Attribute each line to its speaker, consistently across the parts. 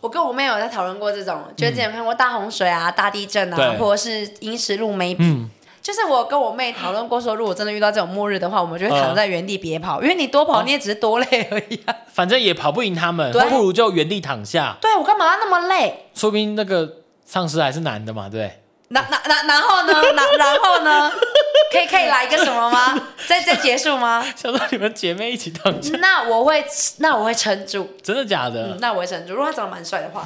Speaker 1: 我跟我妹有在讨论过这种，就是之前有看过大洪水啊、大地震啊，
Speaker 2: 嗯对
Speaker 1: 或者是因石路没比。
Speaker 2: 嗯，
Speaker 1: 就是我跟我妹讨论过说，如果真的遇到这种末日的话，我们就会躺
Speaker 2: 嗯
Speaker 1: 在原地别跑，因为你多跑你也只是多累而已啊。
Speaker 2: 反正也跑不赢他们，
Speaker 1: 对
Speaker 2: 不如就原地躺下，
Speaker 1: 对我干嘛那么累？
Speaker 2: 说不定那个丧尸还是男的嘛，对不对。
Speaker 1: 然然然然后呢？然然后呢？ 可以可以来一个什么吗？ 再再结束吗？
Speaker 2: 想到你们姐妹一起躺下，
Speaker 1: 那我会那我会撑住，
Speaker 2: 真的假的？
Speaker 1: 嗯，那我会撑住。如果他长得蛮帅的话，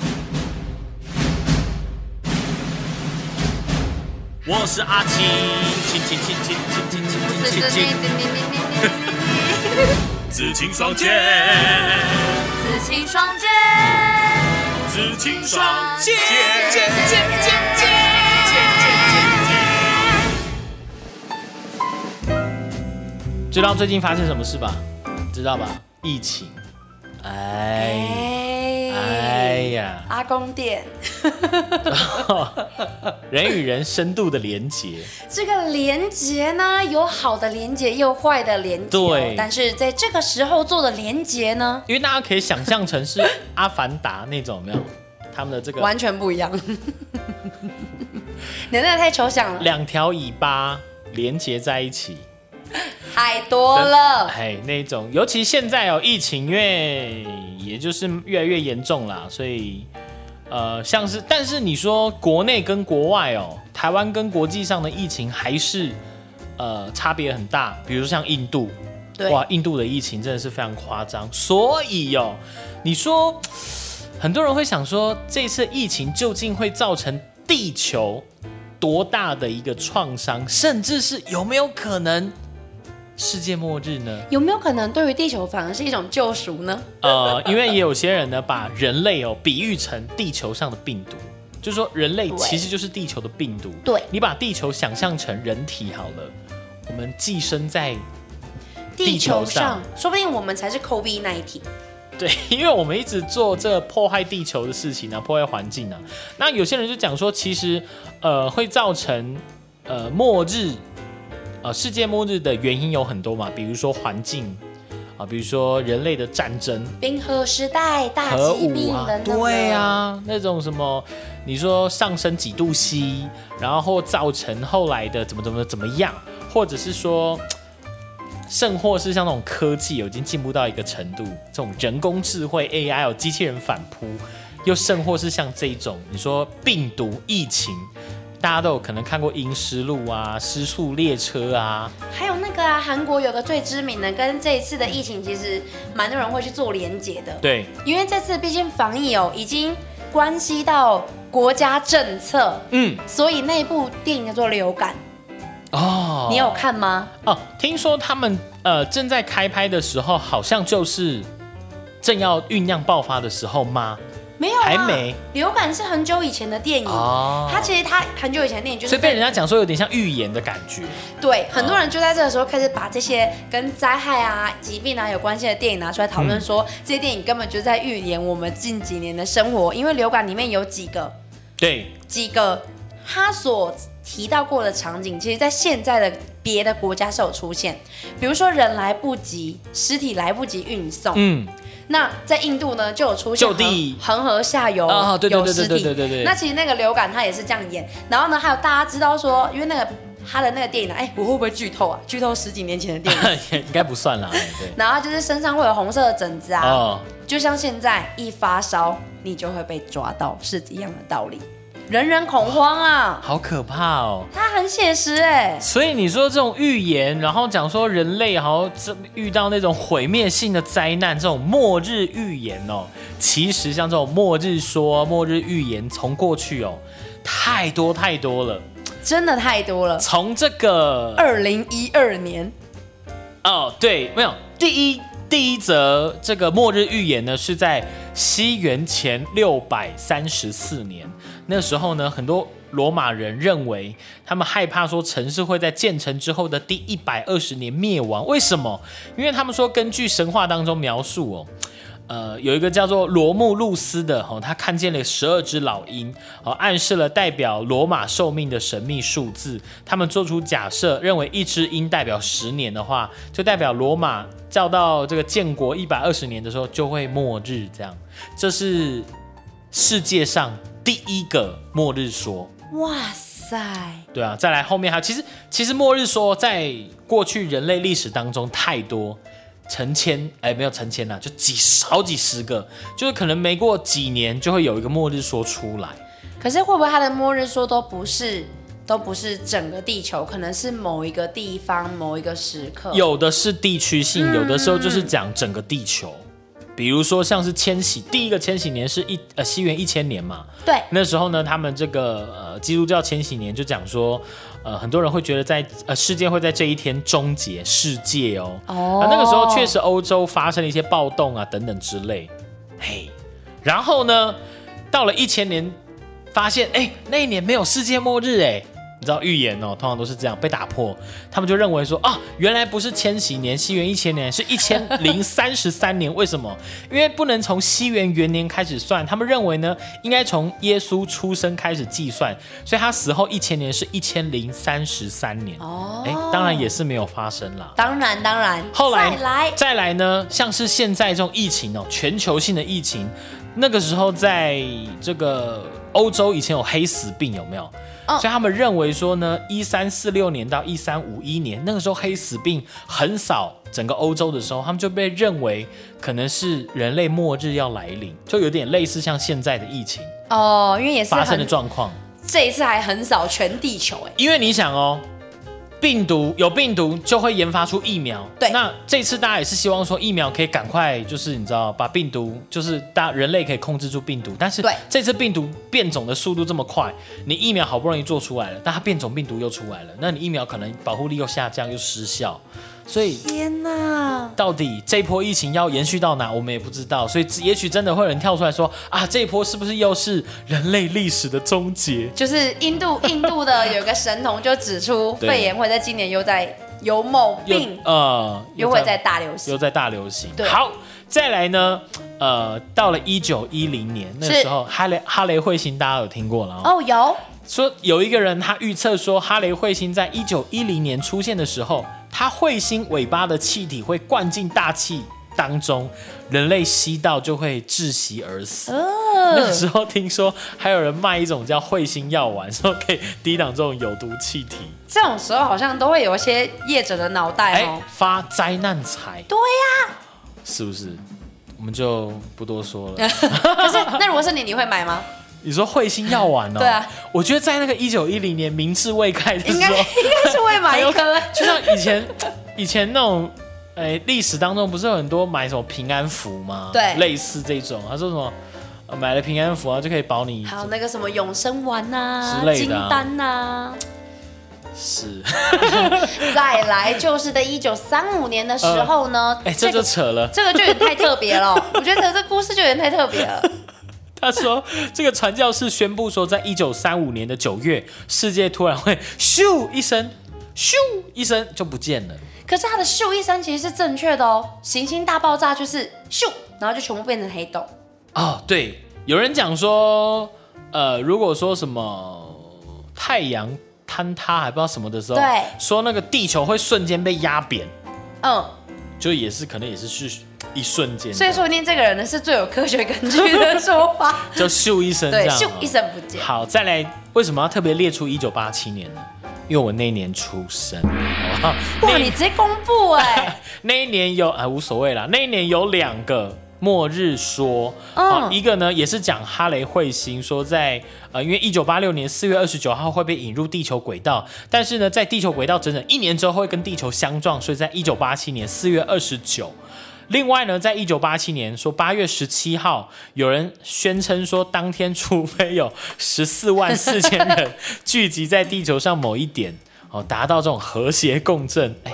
Speaker 2: 我是阿青，青青青青青青青青青
Speaker 3: 紫青双剑，
Speaker 4: 紫青双剑，
Speaker 3: 紫青双剑，
Speaker 4: 剑剑剑剑剑。
Speaker 2: 知道最近发生什么事吧？知道吧？疫情。哎哎
Speaker 1: 哎，
Speaker 2: 呀，
Speaker 1: 阿公店
Speaker 2: 人与人深度的连结，
Speaker 1: 这个连接呢，有好的连接，也有坏的连接哦、
Speaker 2: 对
Speaker 1: 但是在这个时候做的连接呢，
Speaker 2: 因为大家可以想象成是《阿凡达》那种，有没有？他们的这个
Speaker 1: 完全不一样。 你那个太抽象了，
Speaker 2: 两条尾巴连结在一起，
Speaker 1: 太多了。
Speaker 2: 哎，那种，尤其现在哦，疫情因为也就是越来越严重啦，所以呃，像是，但是你说国内跟国外哦，台湾跟国际上的疫情还是呃差别很大，比如像印度，
Speaker 1: 对
Speaker 2: 哇，印度的疫情真的是非常夸张，所以哦，你说很多人会想说，这次疫情究竟会造成地球多大的一个创伤，甚至是有没有可能世界末 日呢？
Speaker 1: 有没有可能对于地球反而是一种救赎呢？
Speaker 2: 呃，因为也有些人呢，把人类哦比喻成地球上的病毒，就是说人类
Speaker 1: 对
Speaker 2: 其实就是地球的病毒。
Speaker 1: 对
Speaker 2: 你把地球想象成人体好了，我们寄生在
Speaker 1: 地
Speaker 2: 地
Speaker 1: 球
Speaker 2: 球
Speaker 1: 上
Speaker 2: 上，
Speaker 1: 说不定我们才是 COVID 那一体。
Speaker 2: 对，因为我们一直做这破坏地球的事情啊，破坏环境啊。那有些人就讲说，其实呃会造成呃末日，呃世界末日的原因有很多嘛，比如说环境啊、比如说人类的战争。
Speaker 1: 冰河时代、大
Speaker 2: 核
Speaker 1: 疾
Speaker 2: 武
Speaker 1: 病
Speaker 2: 啊，
Speaker 1: 等等、
Speaker 2: 对，啊，那种什么，你说上升几度 C，然后造成后来的怎么怎么怎么样，或者是说，甚或是像那种科技已经进步到一个程度，这种人工智慧 AI 有机器人反扑，又甚或是像这一种，你说病毒疫情。大家都有可能看过《阴尸路》啊，《失速列车》啊，
Speaker 1: 还有那个啊，韩国有个最知名的，跟这一次的疫情其实蛮多人会去做连结的。
Speaker 2: 对，
Speaker 1: 因为这次毕竟防疫哦，已经关系到国家政策，
Speaker 2: 嗯，
Speaker 1: 所以那部电影叫做《流感》，
Speaker 2: 哦，
Speaker 1: 你有看吗？
Speaker 2: 哦，听说他们呃正在开拍的时候，好像就是正要酝酿爆发的时候吗？
Speaker 1: 没有、啊，
Speaker 2: 还没。
Speaker 1: 流感是很久以前的电影，
Speaker 2: 哦
Speaker 1: 它其实它很久以前的电影就是
Speaker 2: 所以被人家讲说有点像预言的感觉。哦
Speaker 1: 对，很多人就在这个时候开始把这些跟灾害啊、疾病啊有关系的电影拿出来讨论，
Speaker 2: 嗯
Speaker 1: 说、这些电影根本就在预言我们近几年的生活。因为流感里面有几个
Speaker 2: 对，
Speaker 1: 几个他所提到过的场景，其实在现在的别的国家是有出现，比如说人来不及，尸体来不及运送。
Speaker 2: 嗯，
Speaker 1: 那在印度呢，就有出现
Speaker 2: 就地
Speaker 1: 恒恒河下游
Speaker 2: 啊对对
Speaker 1: 有
Speaker 2: 对
Speaker 1: 尸
Speaker 2: 对
Speaker 1: 体
Speaker 2: 对对对对
Speaker 1: 那其实那个流感它也是这样演，然后呢，还有大家知道说，因为那个他的那个电影啊，哎、我会不会剧透啊？剧透十几年前的电 影。
Speaker 2: 应该不 算啦。对，
Speaker 1: 然后就是身上会有红色的疹子啊，
Speaker 2: 哦，
Speaker 1: 就像现在一发烧你就会被抓到，是一样的道理。人人恐慌啊，
Speaker 2: 好可怕哦。
Speaker 1: 它很写实哎、
Speaker 2: 所以你说这种预言，然后讲说人类好像这遇到那种毁灭性的灾难，这种末日预言哦，其实像这种末日说、末日预言，从过去哦，太多太多了。
Speaker 1: 真的太多了。
Speaker 2: 从这个
Speaker 1: 二零一二年，
Speaker 2: 哦，对，没有第一第一则这个末日预言呢，是在西元前六百三十四年，那时候呢，很多罗马人认为他们害怕说城市会在建成之后的第一百二十年灭亡，为什么？因为他们说根据神话当中描述哦。呃，有一个叫做罗穆路斯的哦，他看见了十二只老鹰，哦，暗示了代表罗马寿命的神秘数字。他们做出假设，认为一只鹰代表十年的话，就代表罗马叫到这个建国一百二十年的时候就会末日。这样，这是世界上第一个末日说。
Speaker 1: 哇塞，
Speaker 2: 对啊，再来后面还有，其实其实末日说，在过去人类历史当中太多成千，哎，没有成千啦，就几十好几十个，就是可能没过几年就会有一个末日说出来。
Speaker 1: 可是会不会他的末日说都不是，都不是整个地球，可能是某一个地方某一个时刻？
Speaker 2: 有的是地区性，有的时候就是讲整个地球。比如说像是千禧，第一个千禧年是一呃西元一千年嘛，
Speaker 1: 对，
Speaker 2: 那时候呢，他们这个呃基督教千禧年就讲说，呃很多人会觉得在呃世界会在这一天终结世界哦，
Speaker 1: 哦
Speaker 2: 啊那个时候确实欧洲发生了一些暴动啊等等之类，嘿，然后呢，到了一千年，发现哎、那一年没有世界末日哎、你知道预言哦，通常都是这样被打破，他们就认为说啊，原来不是千禧年，西元一千年是一千零三十三年，为什么？因为不能从西元元年开始算，他们认为呢，应该从耶稣出生开始计算，所以他死后一千年是一千零三十三年。
Speaker 1: 哦
Speaker 2: 哎，当然也是没有发生啦。
Speaker 1: 当然当然。
Speaker 2: 后来
Speaker 1: 再来，
Speaker 2: 再来呢，像是现在这种疫情哦，全球性的疫情，那个时候在这个欧洲以前有黑死病有没有？
Speaker 1: 哦
Speaker 2: 所以他们认为说呢，一三四六年到一三五一年那个时候黑死病横扫整个欧洲的时候，他们就被认为可能是人类末日要来临，就有点类似像现在的疫情
Speaker 1: 哦，因为也是
Speaker 2: 发生的
Speaker 1: 很，
Speaker 2: 状况。
Speaker 1: 这一次还横扫全地球哎、
Speaker 2: 因为你想哦，病毒有病毒就会研发出疫苗。
Speaker 1: 对
Speaker 2: 那这次大家也是希望说疫苗可以赶快，就是你知道把病毒，就是大人类可以控制住病毒。但是
Speaker 1: 对
Speaker 2: 这次病毒变种的速度这么快，你疫苗好不容易做出来了，但它变种病毒又出来了，那你疫苗可能保护力又下降又失效，所以。
Speaker 1: 天哪！
Speaker 2: 到底这一波疫情要延续到哪，我们也不知道，所以也许真的会有人跳出来说啊，这一波是不是又是人类历史的终结？
Speaker 1: 就是印 度，印度的有个神童就指出，
Speaker 2: 对
Speaker 1: 肺炎会在今年又在有某
Speaker 2: 又
Speaker 1: 病
Speaker 2: 呃，
Speaker 1: 又会在大流行
Speaker 2: 又。在大流行。
Speaker 1: 对
Speaker 2: 好，再来呢，呃，到了一九一零年那
Speaker 1: 是
Speaker 2: 时候，哈雷哈雷彗星大家有听过了、哦，
Speaker 1: 哦，有
Speaker 2: 说有一个人他预测说哈雷彗星在一九一零年出现的时候，它彗星尾巴的气体会灌进大气当中，人类吸到就会窒息而
Speaker 1: 哦
Speaker 2: 死。那时候听说还有人卖一种叫彗星药丸，说可以抵挡这种有毒气体，
Speaker 1: 这种时候好像都会有一些业者的脑袋
Speaker 2: 哎、
Speaker 1: 哦。
Speaker 2: 发灾难财。
Speaker 1: 对 呀、
Speaker 2: 是不是？我们就不多说了。
Speaker 1: 可是那如果是你，你会买 吗？
Speaker 2: 你说彗星药丸哦？
Speaker 1: 对啊，
Speaker 2: 我觉得在那个一九一零年明治未开的
Speaker 1: 应
Speaker 2: 时
Speaker 1: 该
Speaker 2: 候，
Speaker 1: 应该是会买一颗。
Speaker 2: 就像以前 以前那种。哎，历史当中不是有很多买什么平安符吗？
Speaker 1: 对
Speaker 2: 类似这种，他说什么呃买了平安符啊，就可以保你
Speaker 1: 还有那个什么永生丸
Speaker 2: 之
Speaker 1: 呐、
Speaker 2: 类
Speaker 1: 金
Speaker 2: 的啊
Speaker 1: 丹呐、
Speaker 2: 是，
Speaker 1: 再来就是在一九三五年的时候呢，
Speaker 2: 哎，这就
Speaker 1: 个
Speaker 2: 扯了。
Speaker 1: 这个就有点太特别了。 我觉得这故事就有点太特别了。
Speaker 2: 他说，这个传教士宣布说，在一九三五年的九月，世界突然会咻一声，咻一声就不见了。
Speaker 1: 可是它的咻一声其实是正确的哦，行星大爆炸就是咻，然后就全部变成黑洞。
Speaker 2: 哦，对，有人讲说，呃，如果说什么太阳坍塌还不知道什么的时候，
Speaker 1: 对
Speaker 2: 说那个地球会瞬间被压扁，
Speaker 1: 嗯，
Speaker 2: 就也是可能也是是一瞬间的，
Speaker 1: 所以说不定这个人呢是最有科学根据的说 法。
Speaker 2: 就咻一声这
Speaker 1: 对，
Speaker 2: 样、啊
Speaker 1: 咻一。声不见。
Speaker 2: 好，再来，为什么要特别列出一九八七年呢？因为我那年出生，好不好
Speaker 1: 哇，
Speaker 2: 那
Speaker 1: 你直接公布哎、
Speaker 2: 那一年有啊，无所谓啦。那一年有两个末日说，啊，
Speaker 1: 嗯
Speaker 2: 一个呢也是讲哈雷彗星，说在呃，因为一九八六年四月二十九号会被引入地球轨道，但是呢，在地球轨道整整一年之后会跟地球相撞，所以在一九八七年四月二十九。另外呢，在一九八七年说八月十七号，有人宣称说当天除非有十四万四千人 聚集在地球上某一点，哦，达到这种和谐共振，哎，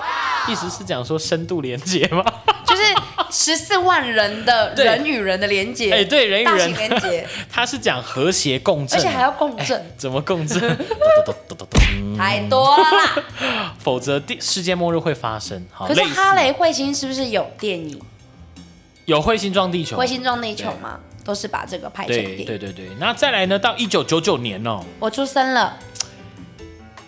Speaker 2: 意思是讲说深度连接吗？
Speaker 1: 就是十四万人的
Speaker 2: 对
Speaker 1: 人与人的连接，
Speaker 2: 哎对人与
Speaker 1: 大
Speaker 2: 人
Speaker 1: 型连接，
Speaker 2: 他是讲和谐共振，
Speaker 1: 而且还要共振
Speaker 2: 哎 怎么共 振？咚咚咚咚咚咚
Speaker 1: 太多了啦。
Speaker 2: 否则地世界末日会发生。好，
Speaker 1: 可是
Speaker 2: 类似
Speaker 1: 哈雷彗星是不是有电影
Speaker 2: 有彗星撞地球，
Speaker 1: 《彗星撞地球》嘛？都是把这个拍成电
Speaker 2: 哦对
Speaker 1: 影。
Speaker 2: 对对对。那再来呢？到一九九九年哦，
Speaker 1: 我出生了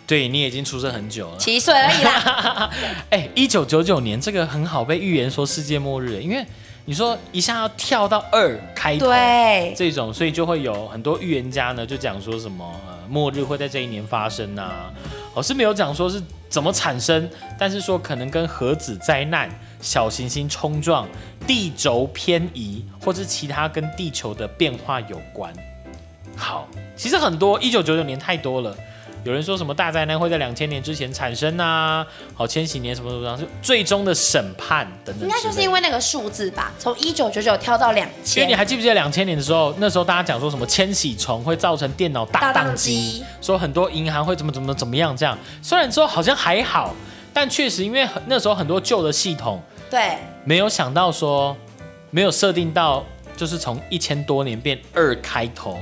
Speaker 2: 对你已经出生很久了。
Speaker 1: 七岁而已啦，
Speaker 2: 哎，一九九九年这个很好被预言说世界末日，因为。你说一下要跳到二开头，
Speaker 1: 对，
Speaker 2: 这种，所以就会有很多预言家呢，就讲说什么、呃、末日会在这一年发生呐、哦是没有讲说是怎么产生，但是说可能跟核子灾难、小行星冲撞、地轴偏移或是其他跟地球的变化有关。好，其实很多一九九九年太多了。有人说什么大灾难会在两千年之前产生呐、好千禧年什么什么什么，就最终的审判等等之
Speaker 1: 应
Speaker 2: 类的。
Speaker 1: 该就是因为那个数字吧，从一九九九跳到两
Speaker 2: 因为
Speaker 1: 千
Speaker 2: 你，还记不记得两千年的时候，那时候大家讲说什么千禧虫会造成电脑大
Speaker 1: 大
Speaker 2: 宕
Speaker 1: 宕
Speaker 2: 机
Speaker 1: 机，
Speaker 2: 说很多银行会怎么怎么怎么样这样。虽然之后好像还好，但确实因为很那时候很多旧的系统
Speaker 1: 对，
Speaker 2: 没有想到说没有设定到，就是从一千多年变二开头。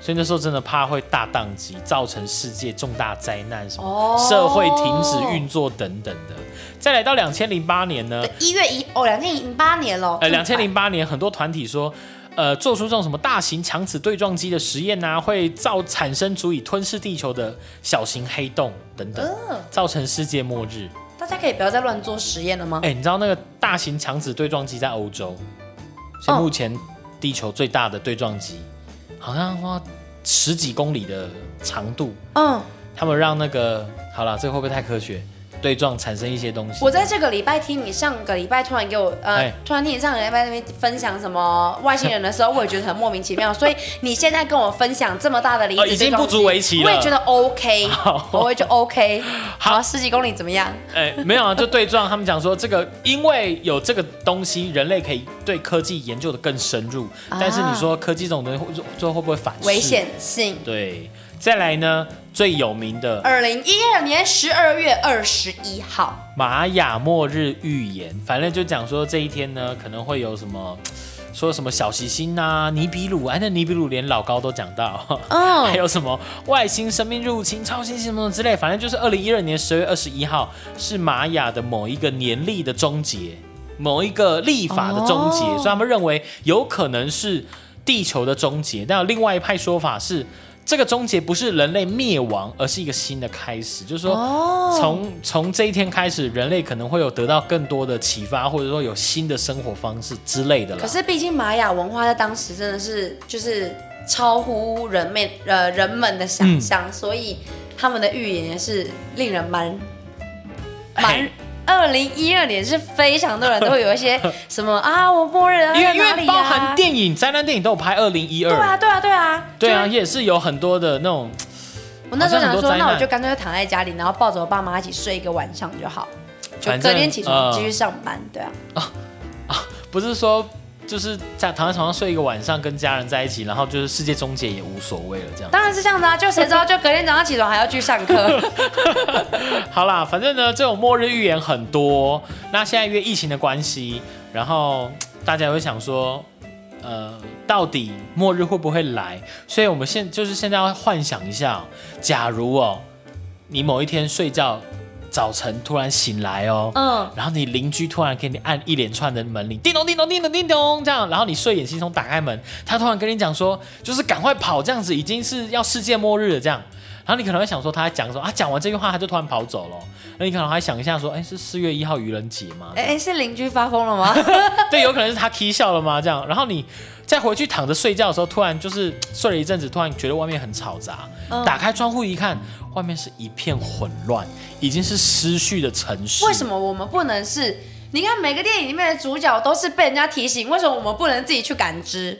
Speaker 2: 所以那时候真的怕会大宕机，造成世界重大灾难，什么
Speaker 1: 哦
Speaker 2: 社会停止运作等等的。再来到两千零八年呢，
Speaker 1: 一月一哦，两千零八年喽，
Speaker 2: 呃，两千零八年很多团体说，呃，做出这种什么大型强子对撞机的实验啊，会造产生足以吞噬地球的小型黑洞等等，造成世界末日。
Speaker 1: 大家可以不要再乱做实验了吗？
Speaker 2: 哎、你知道那个大型强子对撞机在欧洲是
Speaker 1: 哦
Speaker 2: 目前地球最大的对撞机，好像花十几公里的长度，
Speaker 1: 嗯，
Speaker 2: 他们让那个好了，这个会不会太科学？对撞产生一些东西
Speaker 1: 我，在这个礼拜听你上个礼拜突然给我呃
Speaker 2: 哎，
Speaker 1: 突然听你上个礼拜那边分享什么外星人的时候，我也觉得很莫名其妙。所以你现在跟我分享这么大的离
Speaker 2: 哦
Speaker 1: 子
Speaker 2: 已
Speaker 1: 这
Speaker 2: 经
Speaker 1: 种
Speaker 2: 不足为奇了
Speaker 1: 我也觉得 OK，
Speaker 2: 好
Speaker 1: 我也觉得 OK。好，十几公里怎么样？
Speaker 2: 哎、没有啊，就对撞。他们讲说，这个因为有这个东西，人类可以对科技研究的更深入。
Speaker 1: 啊
Speaker 2: 但是你说科技这种东西会，最后会不会反噬
Speaker 1: 危？险性。
Speaker 2: 对，再来呢，最有名的
Speaker 1: 二零一二年十二月二十一号，
Speaker 2: 玛雅末日预言，反正就讲说这一天呢，可能会有什么。说什么小行星呐、尼比鲁啊，那尼比鲁连老高都讲到，
Speaker 1: 嗯
Speaker 2: 还有什么外星生命入侵、超新星什么之类，反正就是二零一二年十月二十一号是玛雅的某一个年历的终结，某一个历法的终结，
Speaker 1: 哦
Speaker 2: 所以他们认为有可能是地球的终结。但有另外一派说法是，这个终结不是人类灭亡，而是一个新的开始，就是说
Speaker 1: 哦
Speaker 2: 从从这一天开始，人类可能会有得到更多的启发，或者说有新的生活方式之类的啦。
Speaker 1: 可是毕竟玛雅文化在当时真的是就是超乎人们呃人们的想象，
Speaker 2: 嗯
Speaker 1: 所以他们的预言也是令人蛮蛮
Speaker 2: 嘿。
Speaker 1: 二零一二年是非常多人都会有一 些什么啊，我末日啊，
Speaker 2: 因为因
Speaker 1: 在哪
Speaker 2: 为
Speaker 1: 里
Speaker 2: 包
Speaker 1: 啊
Speaker 2: 含电影、灾难电影都有拍二零一
Speaker 1: 对啊，
Speaker 2: 二，
Speaker 1: 对啊，对啊，
Speaker 2: 对啊，
Speaker 1: 就是
Speaker 2: 也是有很多的那种
Speaker 1: 我那时候想
Speaker 2: 好像很多
Speaker 1: 说，
Speaker 2: 灾难
Speaker 1: 那我就干脆躺在家里，然后抱着我爸妈一起睡一个晚上就好，就
Speaker 2: 反正
Speaker 1: 隔天起床
Speaker 2: 呃
Speaker 1: 继续上班，对啊。
Speaker 2: 不是说就是在躺在床上睡一个晚上，跟家人在一起，然后就是世界终结也无所谓了这样。
Speaker 1: 当然是这样子 啊，就谁知道就隔天早上起床还要去上课。
Speaker 2: 好啦，反正呢，这种末日预言很多。那现在因为疫情的关系，然后大家也会想说，呃，到底末日会不会来？所以我们现就是现在要幻想一下哦、假如哦，你某一天睡觉，早晨突然醒来哦，
Speaker 1: 嗯，
Speaker 2: 然后你邻居突然给你按一连串的门铃，叮咚叮咚叮咚叮咚这样，然后你睡眼惺忪打开门，他突然跟你讲说，就是赶快跑这样子，已经是要世界末日了这样。然后你可能会想说，他在讲什么？啊，讲完这句话他就突然跑走了。那你可能还想一下说，哎，是四月一号愚人节吗？
Speaker 1: 哎、哎，是邻居发疯了 吗？
Speaker 2: 对，有可能是他 k 笑了吗？这样，然后你再回去躺着睡觉的时候，突然就是睡了一阵子，突然觉得外面很嘈杂，
Speaker 1: 嗯
Speaker 2: 打开窗户一看，外面是一片混乱，已经是失序的城市。
Speaker 1: 为什？么我们不能是？你看每个电影里面的主角都是被人家提醒，为什么我们不能自己去感知？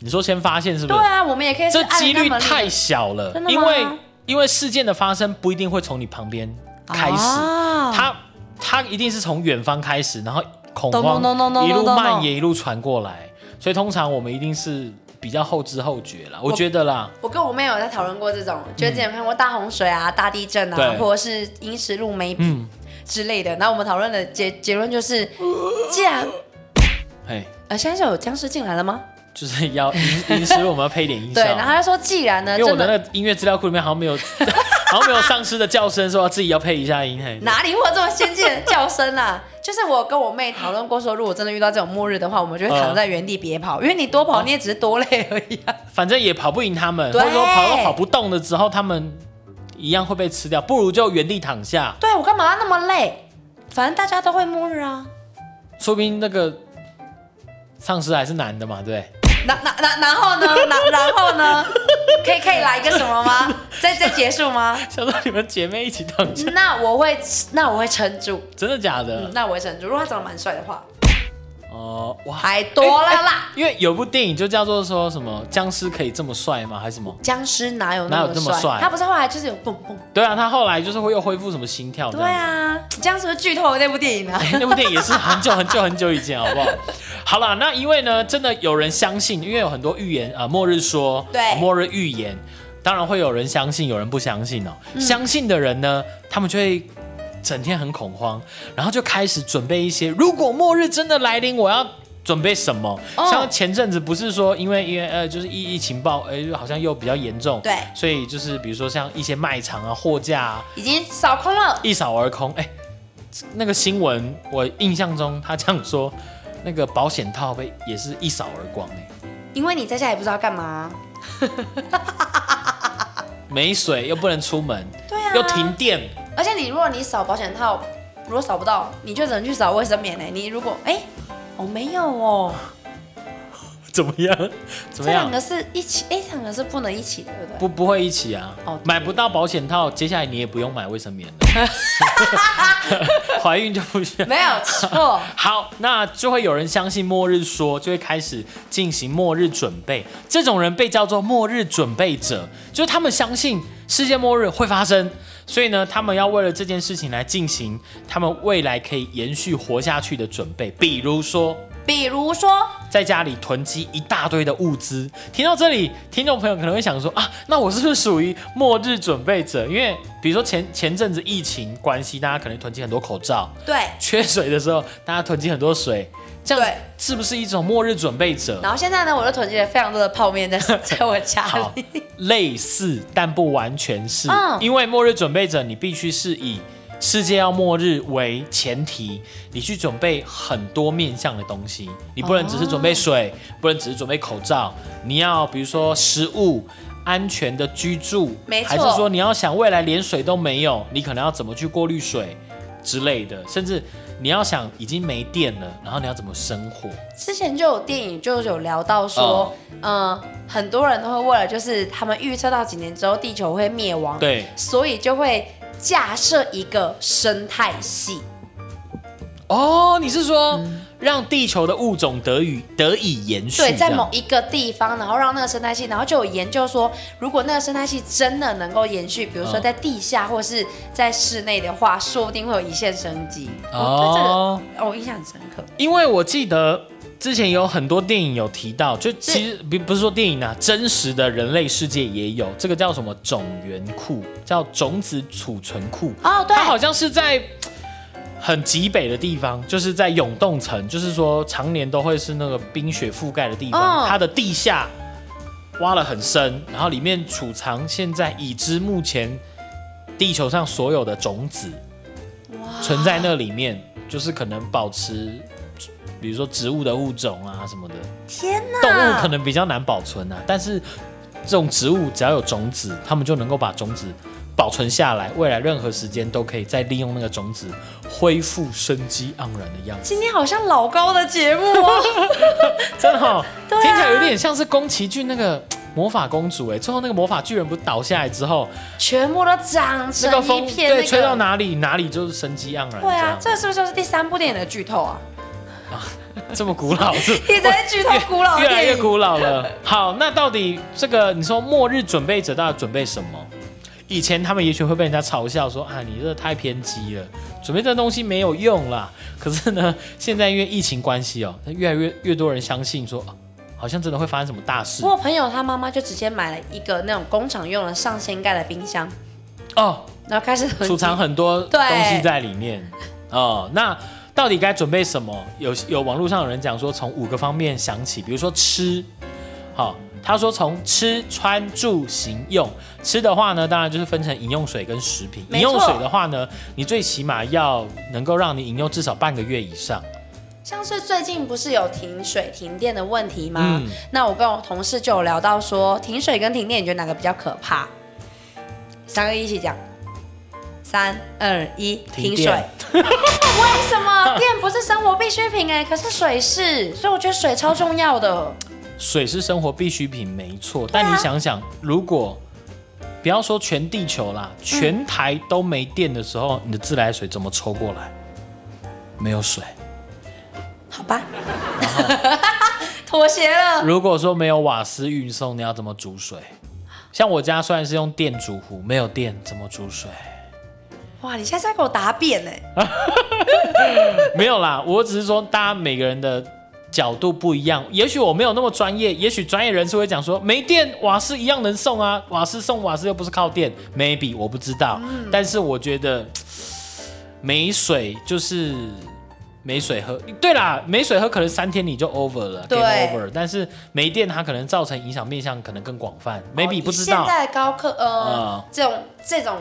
Speaker 2: 你说先发现是不
Speaker 1: 对
Speaker 2: 是？
Speaker 1: 啊，我们也可以是
Speaker 2: 这
Speaker 1: 按
Speaker 2: 几率
Speaker 1: 那么
Speaker 2: 太小了
Speaker 1: 真，的
Speaker 2: 因
Speaker 1: 吗哦
Speaker 2: 为因为事件的发生不一定会从你旁边开始，
Speaker 1: 啊
Speaker 2: 它它一定是从远方开始，然后恐
Speaker 1: 咚
Speaker 2: 慌
Speaker 1: 咚咚咚咚
Speaker 2: 一路
Speaker 1: 咚咚
Speaker 2: 蔓延，一路传过来，所以通常我们一定是比较后知后觉啦，我觉得啦，
Speaker 1: 我跟我妹有在讨论过这种，就是之前有看过大洪水啊、大地震啊
Speaker 2: 对，
Speaker 1: 或者是英石路梅比
Speaker 2: 嗯，
Speaker 1: 之类的。那我们讨论的结结论 就是，既然
Speaker 2: 哎，
Speaker 1: 呃现在是有僵尸进来了吗？
Speaker 2: 就是 要临时我们要配点音效啊
Speaker 1: 对，，然后他说既然呢，
Speaker 2: 因为我
Speaker 1: 真
Speaker 2: 的
Speaker 1: 的
Speaker 2: 那个音乐资料库里面好像没有， 好像没有丧尸的叫声，说要自己要配一下音，嘿，
Speaker 1: 哪里会有这么先进的叫声啊？ 就是我跟我妹讨论过说，如果真的遇到这种末日的话，我们就会躺在原地别跑，因为你多跑你也只是多累而 已、啊。
Speaker 2: 反正也跑不赢他们，或
Speaker 1: 对
Speaker 2: 者说跑都跑不动的时候，他们一样会被吃掉，不如就原地躺下，
Speaker 1: 对我干嘛那 么累？反正大家都会末日啊。
Speaker 2: 说不定那个丧尸还是男的嘛，对不对？
Speaker 1: 然然然然后呢？然然后呢？ 可以可以来一个什么吗？再再结束吗？
Speaker 2: 想到你们姐妹一起当 家，
Speaker 1: 那我会那我会撑住，嗯
Speaker 2: 真的假的？
Speaker 1: 那我会撑住。如果他长得蛮帅的话，
Speaker 2: 哦、哇，
Speaker 1: 还多了啦。
Speaker 2: 因为有部电影就叫做说什么僵尸可以这么帅吗？还是什么？
Speaker 1: 哎僵尸哪有
Speaker 2: 哪
Speaker 1: 那
Speaker 2: 有这么帅
Speaker 1: 帅？他不是后来就是有蹦蹦。
Speaker 2: 对啊，他后来就是会又恢复什么心跳这
Speaker 1: 对
Speaker 2: 样子。
Speaker 1: 啊，你这样是不是剧透了那部电 影啊？
Speaker 2: 哎那部电影也是很久很久很久以前，好不好？好了，那因为呢，真的有人相信，因为有很多预言啊、呃末日说，
Speaker 1: 对
Speaker 2: 末日预言，当然会有人相信，有人不相信哦。
Speaker 1: 嗯
Speaker 2: 相信的人呢，他们就会整天很恐慌，然后就开始准备一些，如果末日真的来临，我要。准备什么？
Speaker 1: 哦
Speaker 2: 像前阵子不是说，因为因为呃，就是疫疫情爆，哎、好像又比较严重，
Speaker 1: 对
Speaker 2: 所以就是比如说像一些卖场啊、货架啊，
Speaker 1: 已经扫空了。
Speaker 2: 一扫而空。哎、那个新闻我印象中他这样说，那个保险套被也是一扫而光、哎，
Speaker 1: 因为你在家也不知道干嘛。
Speaker 2: 没水又不能出门，
Speaker 1: 对啊
Speaker 2: 又停电，
Speaker 1: 而且你如果你扫保险套，如果扫不到，你就只能去扫卫生棉呢、你如果哎、哦没有哦，
Speaker 2: 怎么样？怎
Speaker 1: 这
Speaker 2: 么样
Speaker 1: 两个？是一起，哎、这两个是不能一起的，对不对？
Speaker 2: 不不会一起啊，
Speaker 1: 哦对
Speaker 2: 买不到保险套，接下来你也不用买卫生棉 了， 怀孕就不需要。
Speaker 1: 没有错，
Speaker 2: 好，那就会有人相信末日说，就会开始进行末日准备。这种人被叫做末日准备者，就是他们相信世界末日会发生，所以呢，他们要为了这件事情来进行他们未来可以延续活下去的准备。比如说，
Speaker 1: 比如说，
Speaker 2: 在家里囤积一大堆的物资。听到这里，听众朋友可能会想说啊，那我是不是属于末日准备者？因为比如说前前阵子疫情关系，大家可能囤积很多口罩，
Speaker 1: 对，
Speaker 2: 缺水的时候，大家囤积很多水，这样
Speaker 1: 对
Speaker 2: 是不是一种末日准备者？
Speaker 1: 然后现在呢，我就囤积了非常多的泡 面在 在我家
Speaker 2: 好
Speaker 1: 里。，
Speaker 2: 类似但不完全是，
Speaker 1: 嗯
Speaker 2: 因为末日准备者，你必须是以世界要末日为前提，你去准备很多面向的东西，你不能只是准备水，
Speaker 1: 哦
Speaker 2: 不能只是准备口罩，你要比如说食物。安全的居住，
Speaker 1: 没错
Speaker 2: 还是说你要想未来连水都没有，你可能要怎么去过滤水之类的，甚至你要想已经没电了，然后你要怎么生活？
Speaker 1: 之前就有电影就有聊到
Speaker 2: 哦
Speaker 1: 说，嗯、很多人都会为了就是他们预测到几年之后地球会灭亡，
Speaker 2: 对
Speaker 1: 所以就会架设一个生态系。
Speaker 2: 哦，你是说、让地球的物种得以得以延
Speaker 1: 嗯
Speaker 2: 续？
Speaker 1: 对，在
Speaker 2: 这样
Speaker 1: 某一个地方，然后让那个生态系，然后就有研究说，如果那个生态系真的能够延续，比如说
Speaker 2: 嗯
Speaker 1: 在地下或是在室内的话，说不定会有一线生机。哦，
Speaker 2: 哦，
Speaker 1: 这个哦我印象很深刻。
Speaker 2: 因为我记得之前有很多电影有提到，就其实不不是说电影啊，真实的人类世界也有这个叫什么种源库，叫种子储存库。
Speaker 1: 哦，对
Speaker 2: 它，好像是在很极北的地方，就是在永冻层，就是说常年都会是那个冰雪覆盖的地方，
Speaker 1: 哦
Speaker 2: 它的地下挖了很深，然后里面储藏现在已知目前地球上所有的种子，存在那里面，就是可能保持。比如说植物的物种啊什么的，
Speaker 1: 天哪，
Speaker 2: 动物可能比较难保存啊，但是这种植物只要有种子，它们就能够把种子保存下来，未来任何时间都可以再利用那个种子恢复生机盎然的样子。
Speaker 1: 今天好像老高的节目哦。
Speaker 2: 真的、哦，
Speaker 1: 对啊
Speaker 2: 听起来有点像是宫崎骏那个。魔法公主哎、最后那个魔法巨人不是倒下来之后，
Speaker 1: 全部都长
Speaker 2: 那个
Speaker 1: 成
Speaker 2: 风、
Speaker 1: 一片、那个
Speaker 2: 对吹到？哪里哪里就是生机盎然。
Speaker 1: 对啊，这
Speaker 2: 这
Speaker 1: 是不是就是第三部电影的剧透 啊？
Speaker 2: 样这么古老是不是？
Speaker 1: 一直在剧透古老的
Speaker 2: 越来
Speaker 1: 电
Speaker 2: 越
Speaker 1: 影。
Speaker 2: 古老了。好，那到底这个你说末日准备者到底准备什么？以前他们也许会被人家嘲笑说啊，你这太偏激了，准备这东西没有用啦。可是呢，现在因为疫情关系哦，越来越越多人相信说、啊好像真的会发生什么大事
Speaker 1: 我有朋友他妈妈就直接买了一个那种工厂用的上掀盖的冰箱，
Speaker 2: 哦，
Speaker 1: 然后开始囤积
Speaker 2: 储藏很多
Speaker 1: 对
Speaker 2: 东西在里面哦。那到底该准备什么？有有网络上有人讲说，从五个方面想起，比如说吃，好、他说从吃、穿、住、行、用。吃的话呢，当然就是分成饮用水跟食品。饮
Speaker 1: 没错
Speaker 2: 用水的话呢，你最起码要能够让你饮用至少半个月以上。
Speaker 1: 像是最近不是有停水停电的问题吗？
Speaker 2: 嗯
Speaker 1: 那我跟我同事就有聊到说，停水跟停电，你觉得哪个比较可怕？三个一起讲，三二一，停
Speaker 2: 停电
Speaker 1: 水。为什么电不是生活必需品哎、可是水是，所以我觉得水超重要的。
Speaker 2: 水是生活必需品，没错。但你想想，如果不要说全地球啦，全台都没电的时候，你的自来水怎么抽过来？没有水。
Speaker 1: 好吧， 妥协了。
Speaker 2: 如果说没有瓦斯运送，你要怎么煮水？像我家虽然是用电煮壶，没有电怎么煮水？
Speaker 1: 哇，你现在在给我答辩哎、
Speaker 2: 没有啦，我只是说大家每个人的角度不一样，也许我没有那么专业，也许专业人士会讲说没电瓦斯一样能送啊，瓦斯送瓦斯又不是靠电，maybe 我不知道，
Speaker 1: 嗯
Speaker 2: 但是我觉得嘖没水就是。没水喝，对啦，没水喝可能三天你就 over 了
Speaker 1: 对
Speaker 2: ，game over。但是没电，它可能造成影响面向可能更广泛，maybe
Speaker 1: 哦以
Speaker 2: 不知道。
Speaker 1: 现在的高科呃、
Speaker 2: 嗯
Speaker 1: 这种这种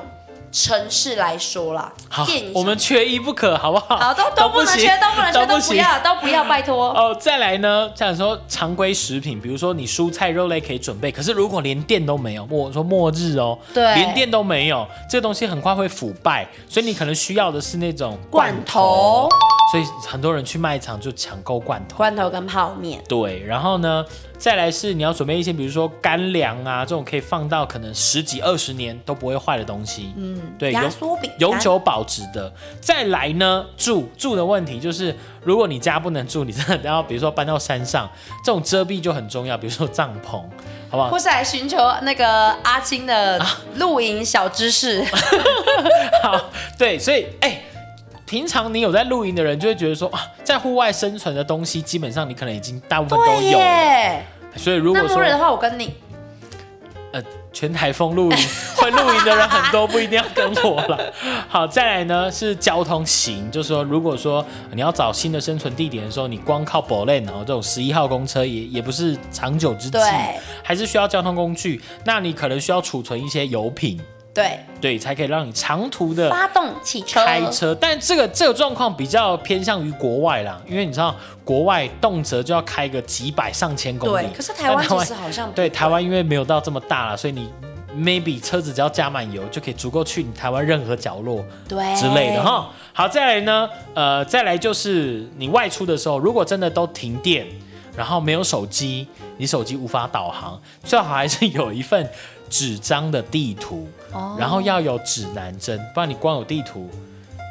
Speaker 1: 城市来说啦，
Speaker 2: 好
Speaker 1: 电影，
Speaker 2: 我们缺一不可，好不好？
Speaker 1: 好都都不能
Speaker 2: 行
Speaker 1: 缺，都不能缺，都不
Speaker 2: 行
Speaker 1: 要，都不要，拜托。
Speaker 2: 哦，再来呢，像说常规食品，比如说你蔬菜肉类可以准备，可是如果连电都没有，我说末日哦，
Speaker 1: 对
Speaker 2: 连电都没有，这东西很快会腐败，所以你可能需要的是那种
Speaker 1: 罐头、
Speaker 2: 所以很多人去卖场就抢购罐头。
Speaker 1: 罐头跟泡面，
Speaker 2: 对，然后呢，再来是你要准备一些，比如说干粮啊，这种可以放到可能十几二十年都不会坏的东西。嗯，对，
Speaker 1: 压
Speaker 2: 永
Speaker 1: 缩饼干
Speaker 2: 永久保值的。再来呢，住住的问题就是，如果你家不能住，你真的要比如说搬到山上，这种遮蔽就很重要，比如说帐篷，好不 好
Speaker 1: 或？是来寻求那个阿青的
Speaker 2: 啊
Speaker 1: 露营小知 识。
Speaker 2: 好，对，所以哎。平常你有在露营的人就会觉得说，哇，在户外生存的东西，基本上你可能已经大部分都
Speaker 1: 对
Speaker 2: 有了。
Speaker 1: 耶，
Speaker 2: 所以如
Speaker 1: 那
Speaker 2: 果说
Speaker 1: 末日的话，我跟你
Speaker 2: 呃，全台风露营 会露营的人很多，不一定要跟我了。 好，再来呢是交通型，就是说，如果说呃你要找新的生存地点的时候，你光靠 b o l e n 然后这种十一号公车也也不是长久之计
Speaker 1: 对，
Speaker 2: 还是需要交通工具。那你可能需要储存一些油品，
Speaker 1: 对
Speaker 2: 对，才可以让你长途的
Speaker 1: 发动汽车，
Speaker 2: 呃开车，但这个这个状况比较偏向于国外啦，因为你知道国外动辄就要开个几百上千公里。
Speaker 1: 对可是台湾
Speaker 2: 但
Speaker 1: 其实好像不
Speaker 2: 对
Speaker 1: 会
Speaker 2: 台湾因为没有到这么大啦，所以你 maybe 车子只要加满油就可以足够去你台湾任何角落
Speaker 1: 对
Speaker 2: 之类的。哈。好，再来呢，呃，再来就是你外出的时候，如果真的都停电，然后没有手机，你手机无法导航，最好还是有一份纸张的地图，
Speaker 1: 哦
Speaker 2: 然后要有指南针，不然你光有地图。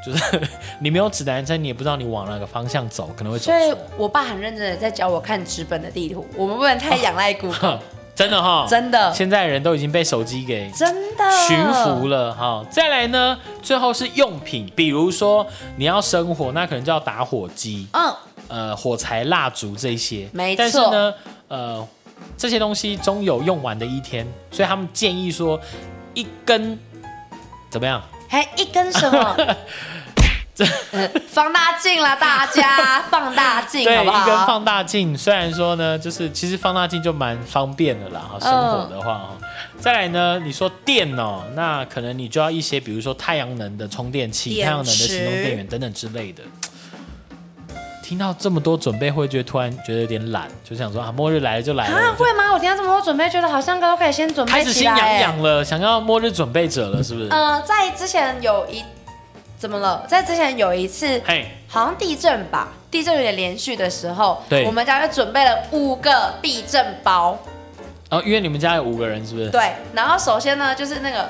Speaker 2: 就是 你没有指南针，你也不知道你往哪个方向走，可能会走
Speaker 1: 所以
Speaker 2: 错。
Speaker 1: 我爸很认真的在教我看纸本的地图，我们不能太仰赖 Google，
Speaker 2: 哼 真的哈，
Speaker 1: 真的
Speaker 2: 现在人都已经被手机给
Speaker 1: 真的
Speaker 2: 驯服了哈。再来呢，最后是用品，比如说你要生火，那可能就要打火机，
Speaker 1: 嗯，
Speaker 2: 呃，火柴、蜡烛这些。
Speaker 1: 没错
Speaker 2: 但是呢，呃，这些东西终有用完的一天，所以他们建议说，一根怎么样？
Speaker 1: 还一根什么？ 呃放大镜啦，大 家放大镜
Speaker 2: 对，
Speaker 1: 好不
Speaker 2: 一根
Speaker 1: 好？
Speaker 2: 放大镜。虽然说呢，就是其实放大镜就蛮方便的啦，哈，生
Speaker 1: 嗯
Speaker 2: 活的话哈。再来呢，你说电哦，那可能你就要一些，比如说太阳能的充电器、
Speaker 1: 电池
Speaker 2: 太阳能的行动电源等等之类的。听到这么多准备，会觉得突然觉得有点懒，就想说啊，末日来了就来
Speaker 1: 啊，
Speaker 2: 了，
Speaker 1: 会吗？我听到这么多准备，觉得好像都可以先准
Speaker 2: 开
Speaker 1: 备
Speaker 2: 始
Speaker 1: 起
Speaker 2: 心
Speaker 1: 来。
Speaker 2: 痒
Speaker 1: 哎
Speaker 2: 痒了，想要末日准备者了，是不是？
Speaker 1: 呃，在之前有一怎么了？在之前有一次，
Speaker 2: 嘿，
Speaker 1: 好像地震吧，地震有点连续的时候，
Speaker 2: 对
Speaker 1: 我们家就准备了五个避震包。
Speaker 2: 然后哦因为你们家有五个人，是不是？
Speaker 1: 对，然后首先呢，就是那个，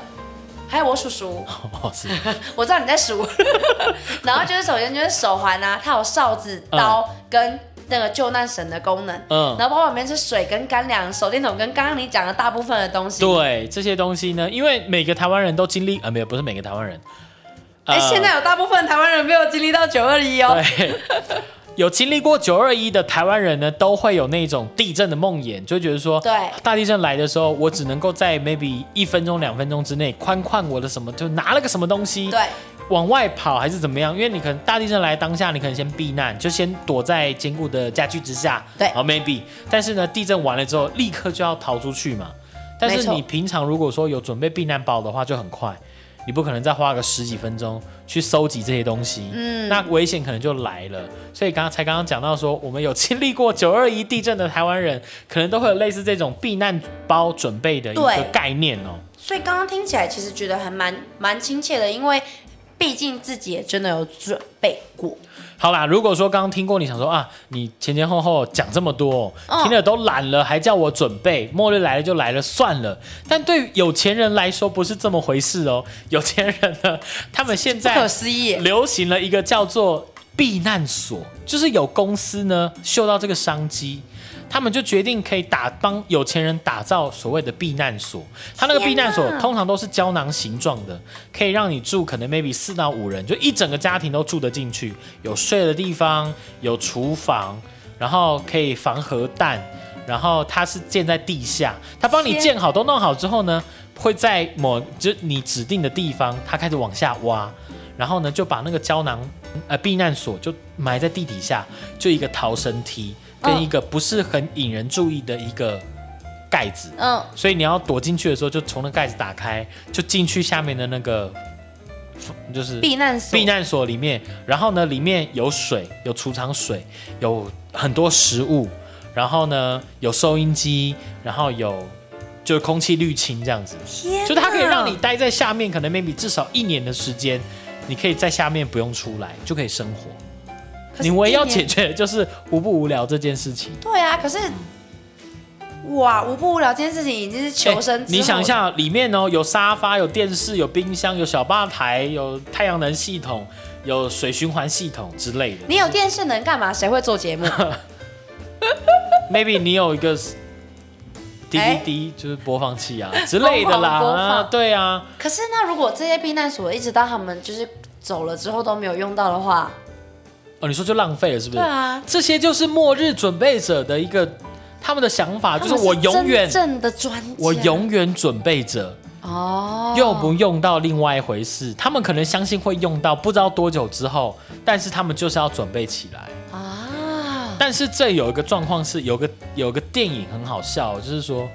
Speaker 1: 还有我叔叔，
Speaker 2: 哦，是。
Speaker 1: 我知道你在数， 然后就是首先就是手环啊，它有哨子、刀跟那个救难绳的功能，
Speaker 2: 嗯
Speaker 1: 然后包括里面是水跟干粮、手电筒跟刚刚你讲的大部分的东西。
Speaker 2: 对这些东西呢，因为每个台湾人都经历，呃，没有，不是每个台湾人，呃
Speaker 1: 哎、
Speaker 2: 嗯
Speaker 1: 现在有大部分台湾人没有经历到九二一哦。
Speaker 2: 对， 有经历过九二一的台湾人呢，都会有那种地震的梦魇，就会觉得说，
Speaker 1: 对
Speaker 2: 大地震来的时候，我只能够在 maybe 一分钟、两分钟之内宽宽我的什么，就拿了个什么东西，
Speaker 1: 对，
Speaker 2: 往外跑还是怎么样？因为你可能大地震来当下，你可能先避难，就先躲在坚固的家具之下，
Speaker 1: 对
Speaker 2: 好 maybe。但是呢，地震完了之后，立刻就要逃出去嘛。但
Speaker 1: 没
Speaker 2: 是
Speaker 1: 错
Speaker 2: 你平常如果说有准备避难包的话，就很快。你不可能再花个十几分钟去收集这些东西，嗯，那危险可能就来了。所以刚才刚刚讲到说，我们有经历过九二一地震的台湾人，可能都会有类似这种避难包准备的一个
Speaker 1: 对
Speaker 2: 概念哦。
Speaker 1: 所以刚刚听起来其实觉得还蛮蛮亲切的，因为毕竟自己也真的有准备过。
Speaker 2: 好啦，如果说刚刚听过你想说啊，你前前后后讲这么多，
Speaker 1: 嗯
Speaker 2: 听了都懒了，还叫我准备，末日来了就来了，算了。但对有钱人来说不是这么回事哦，有钱人呢，他们现在
Speaker 1: 不可思议
Speaker 2: 流行了一个叫做避难所，就是有公司呢嗅到这个商机。他们就决定可以打帮有钱人打造所谓的避难所，他那个避难所
Speaker 1: 天哪
Speaker 2: 通常都是胶囊形状的，可以让你住可能 maybe 四到五人，就一整个家庭都住得进去，有睡的地方，有厨房，然后可以防核弹，然后它是建在地下，它帮你
Speaker 1: 天
Speaker 2: 建好都弄好之后呢，会在某就是你指定的地方，它开始往下挖，然后呢就把那个胶囊呃避难所就埋在地底下，就一个逃生梯跟
Speaker 1: 嗯
Speaker 2: 一个不是很引人注意的一个盖子，
Speaker 1: 嗯，
Speaker 2: 所以你要躲进去的时候，就从那盖子打开，就进去下面的那个，就是
Speaker 1: 避难所，
Speaker 2: 避难所里面。然后呢，里面有水，有储藏水，有很多食物，然后呢有收音机，然后有就是空气滤清这样子，
Speaker 1: 天哪，
Speaker 2: 就它可以让你待在下面，可能 maybe 至少一年的时间，你可以在下面不用出来就可以生活。
Speaker 1: 可是
Speaker 2: 你唯一要
Speaker 1: 今
Speaker 2: 解
Speaker 1: 年
Speaker 2: 决的就是无不无聊这件事情。
Speaker 1: 对啊，可是哇，无不无聊这件事情已经是 求生、
Speaker 2: 欸你想一，下，里面哦有沙发、有电视、有冰箱、有小吧台、有太阳能系统、有水循环系统之类的。
Speaker 1: 你有电视能干嘛？谁会做节 目？
Speaker 2: Maybe 你有一个 DVD，、就是播放器啊之类的
Speaker 1: 哎
Speaker 2: 啦。
Speaker 1: 疯狂播放
Speaker 2: 对啊，
Speaker 1: 可是那如果这些避难所一直到他们就是走了之后都没有用到的话，
Speaker 2: 哦，你说就浪费了是不
Speaker 1: 对
Speaker 2: 是？
Speaker 1: 啊，
Speaker 2: 这些就是末日准备者的一个他们的想法，就是我永远
Speaker 1: 真正的专家，
Speaker 2: 我永远准备着。
Speaker 1: 哦，
Speaker 2: 用不用到另外一回事，他们可能相信会用到，不知道多久之后，但是他们就是要准备起来。
Speaker 1: 啊，
Speaker 2: 但是这有一个状况是，有个有个电影很好笑，就是说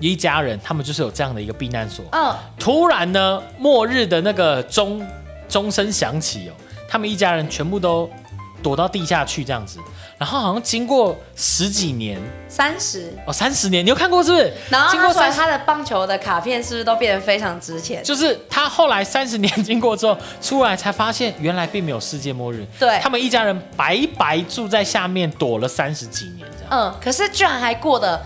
Speaker 2: 一家人他们就是有这样的一个避难所，
Speaker 1: 嗯，
Speaker 2: 突然呢，末日的那个钟钟声响起哦，他们一家人全部都躲到地下去这样子，然后好像经过十几年
Speaker 1: 三十。
Speaker 2: 哦，三十年，你有看过是不是？
Speaker 1: 然后
Speaker 2: 经
Speaker 1: 他
Speaker 2: 过
Speaker 1: 说
Speaker 2: 三十
Speaker 1: 他的棒球的卡片是不是都变得非常值钱？
Speaker 2: 就是他后来三十年 经过之后出来，才发现原来并没有世界末日。
Speaker 1: 对
Speaker 2: 他们一家人白白住在下面躲了三十几年，这样。
Speaker 1: 嗯，可是居然还过得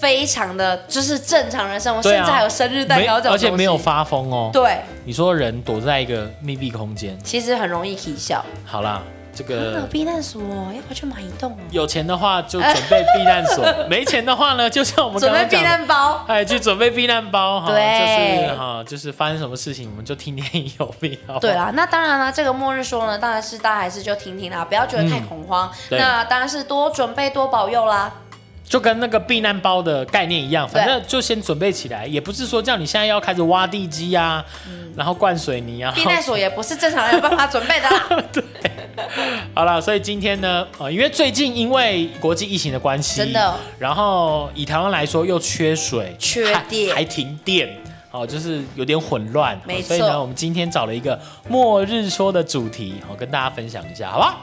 Speaker 1: 非常的就是正常人生活，
Speaker 2: 对
Speaker 1: 甚
Speaker 2: 啊
Speaker 1: 至还有生日蛋糕这
Speaker 2: 没
Speaker 1: 种
Speaker 2: 而且没有
Speaker 1: 东西
Speaker 2: 发疯哦。
Speaker 1: 对，
Speaker 2: 你说人躲在一个密闭空间，
Speaker 1: 其实很容易起笑。
Speaker 2: 好啦，这
Speaker 1: 那有
Speaker 2: 个
Speaker 1: 避难所，要不要去买一栋哦？
Speaker 2: 有钱的话就准备避难 所，没钱的话呢，就像我们刚
Speaker 1: 准备
Speaker 2: 刚
Speaker 1: 避
Speaker 2: 讲的。
Speaker 1: 难包。
Speaker 2: 哎，去准备避难包哈，
Speaker 1: 对
Speaker 2: 就是哈，就是发生什么事情我们就听天由命，好不好
Speaker 1: 对啦，那当然啦，这个末日说呢，当然是大家还是就听听啦，不要觉得太恐慌。
Speaker 2: 对
Speaker 1: 那当然是多准备多保佑啦。
Speaker 2: 就跟那个避难包的概念一样，
Speaker 1: 对
Speaker 2: 反正就先准备起来，也不是说叫你现在要开始挖地基啊，然后灌水泥啊。
Speaker 1: 嗯避难所也不是正常人有办法准备的 啦。
Speaker 2: 好了，所以今天呢，呃，因为最近因为国际疫情的关系，
Speaker 1: 真的，
Speaker 2: 然后以台湾来说又缺水、
Speaker 1: 缺
Speaker 2: 还
Speaker 1: 电
Speaker 2: 还停电。哦，就是有点混乱，
Speaker 1: 没
Speaker 2: 哦
Speaker 1: 错
Speaker 2: 所以呢，我们今天找了一个末日说的主题，好、跟大家分享一下，好吧？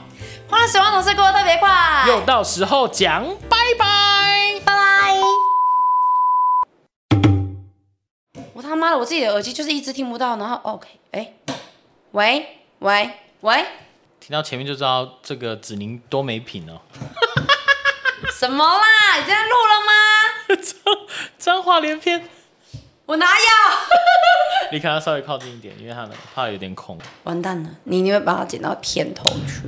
Speaker 1: 欢乐时光总是过得特别快，
Speaker 2: 又到时候讲，拜拜。
Speaker 1: 拜拜。我他妈的，我自己的耳机就是一直听不到，然后 OK，哎、喂喂喂，
Speaker 2: 听到前面就知道这个子宁多没品哦。
Speaker 1: 什么啦？你这样录了吗？
Speaker 2: 脏话连篇。
Speaker 1: 我哪有？
Speaker 2: 你看他稍微靠近一点，因为他的怕有点空。
Speaker 1: 完蛋了，你一定会把它剪到片头去。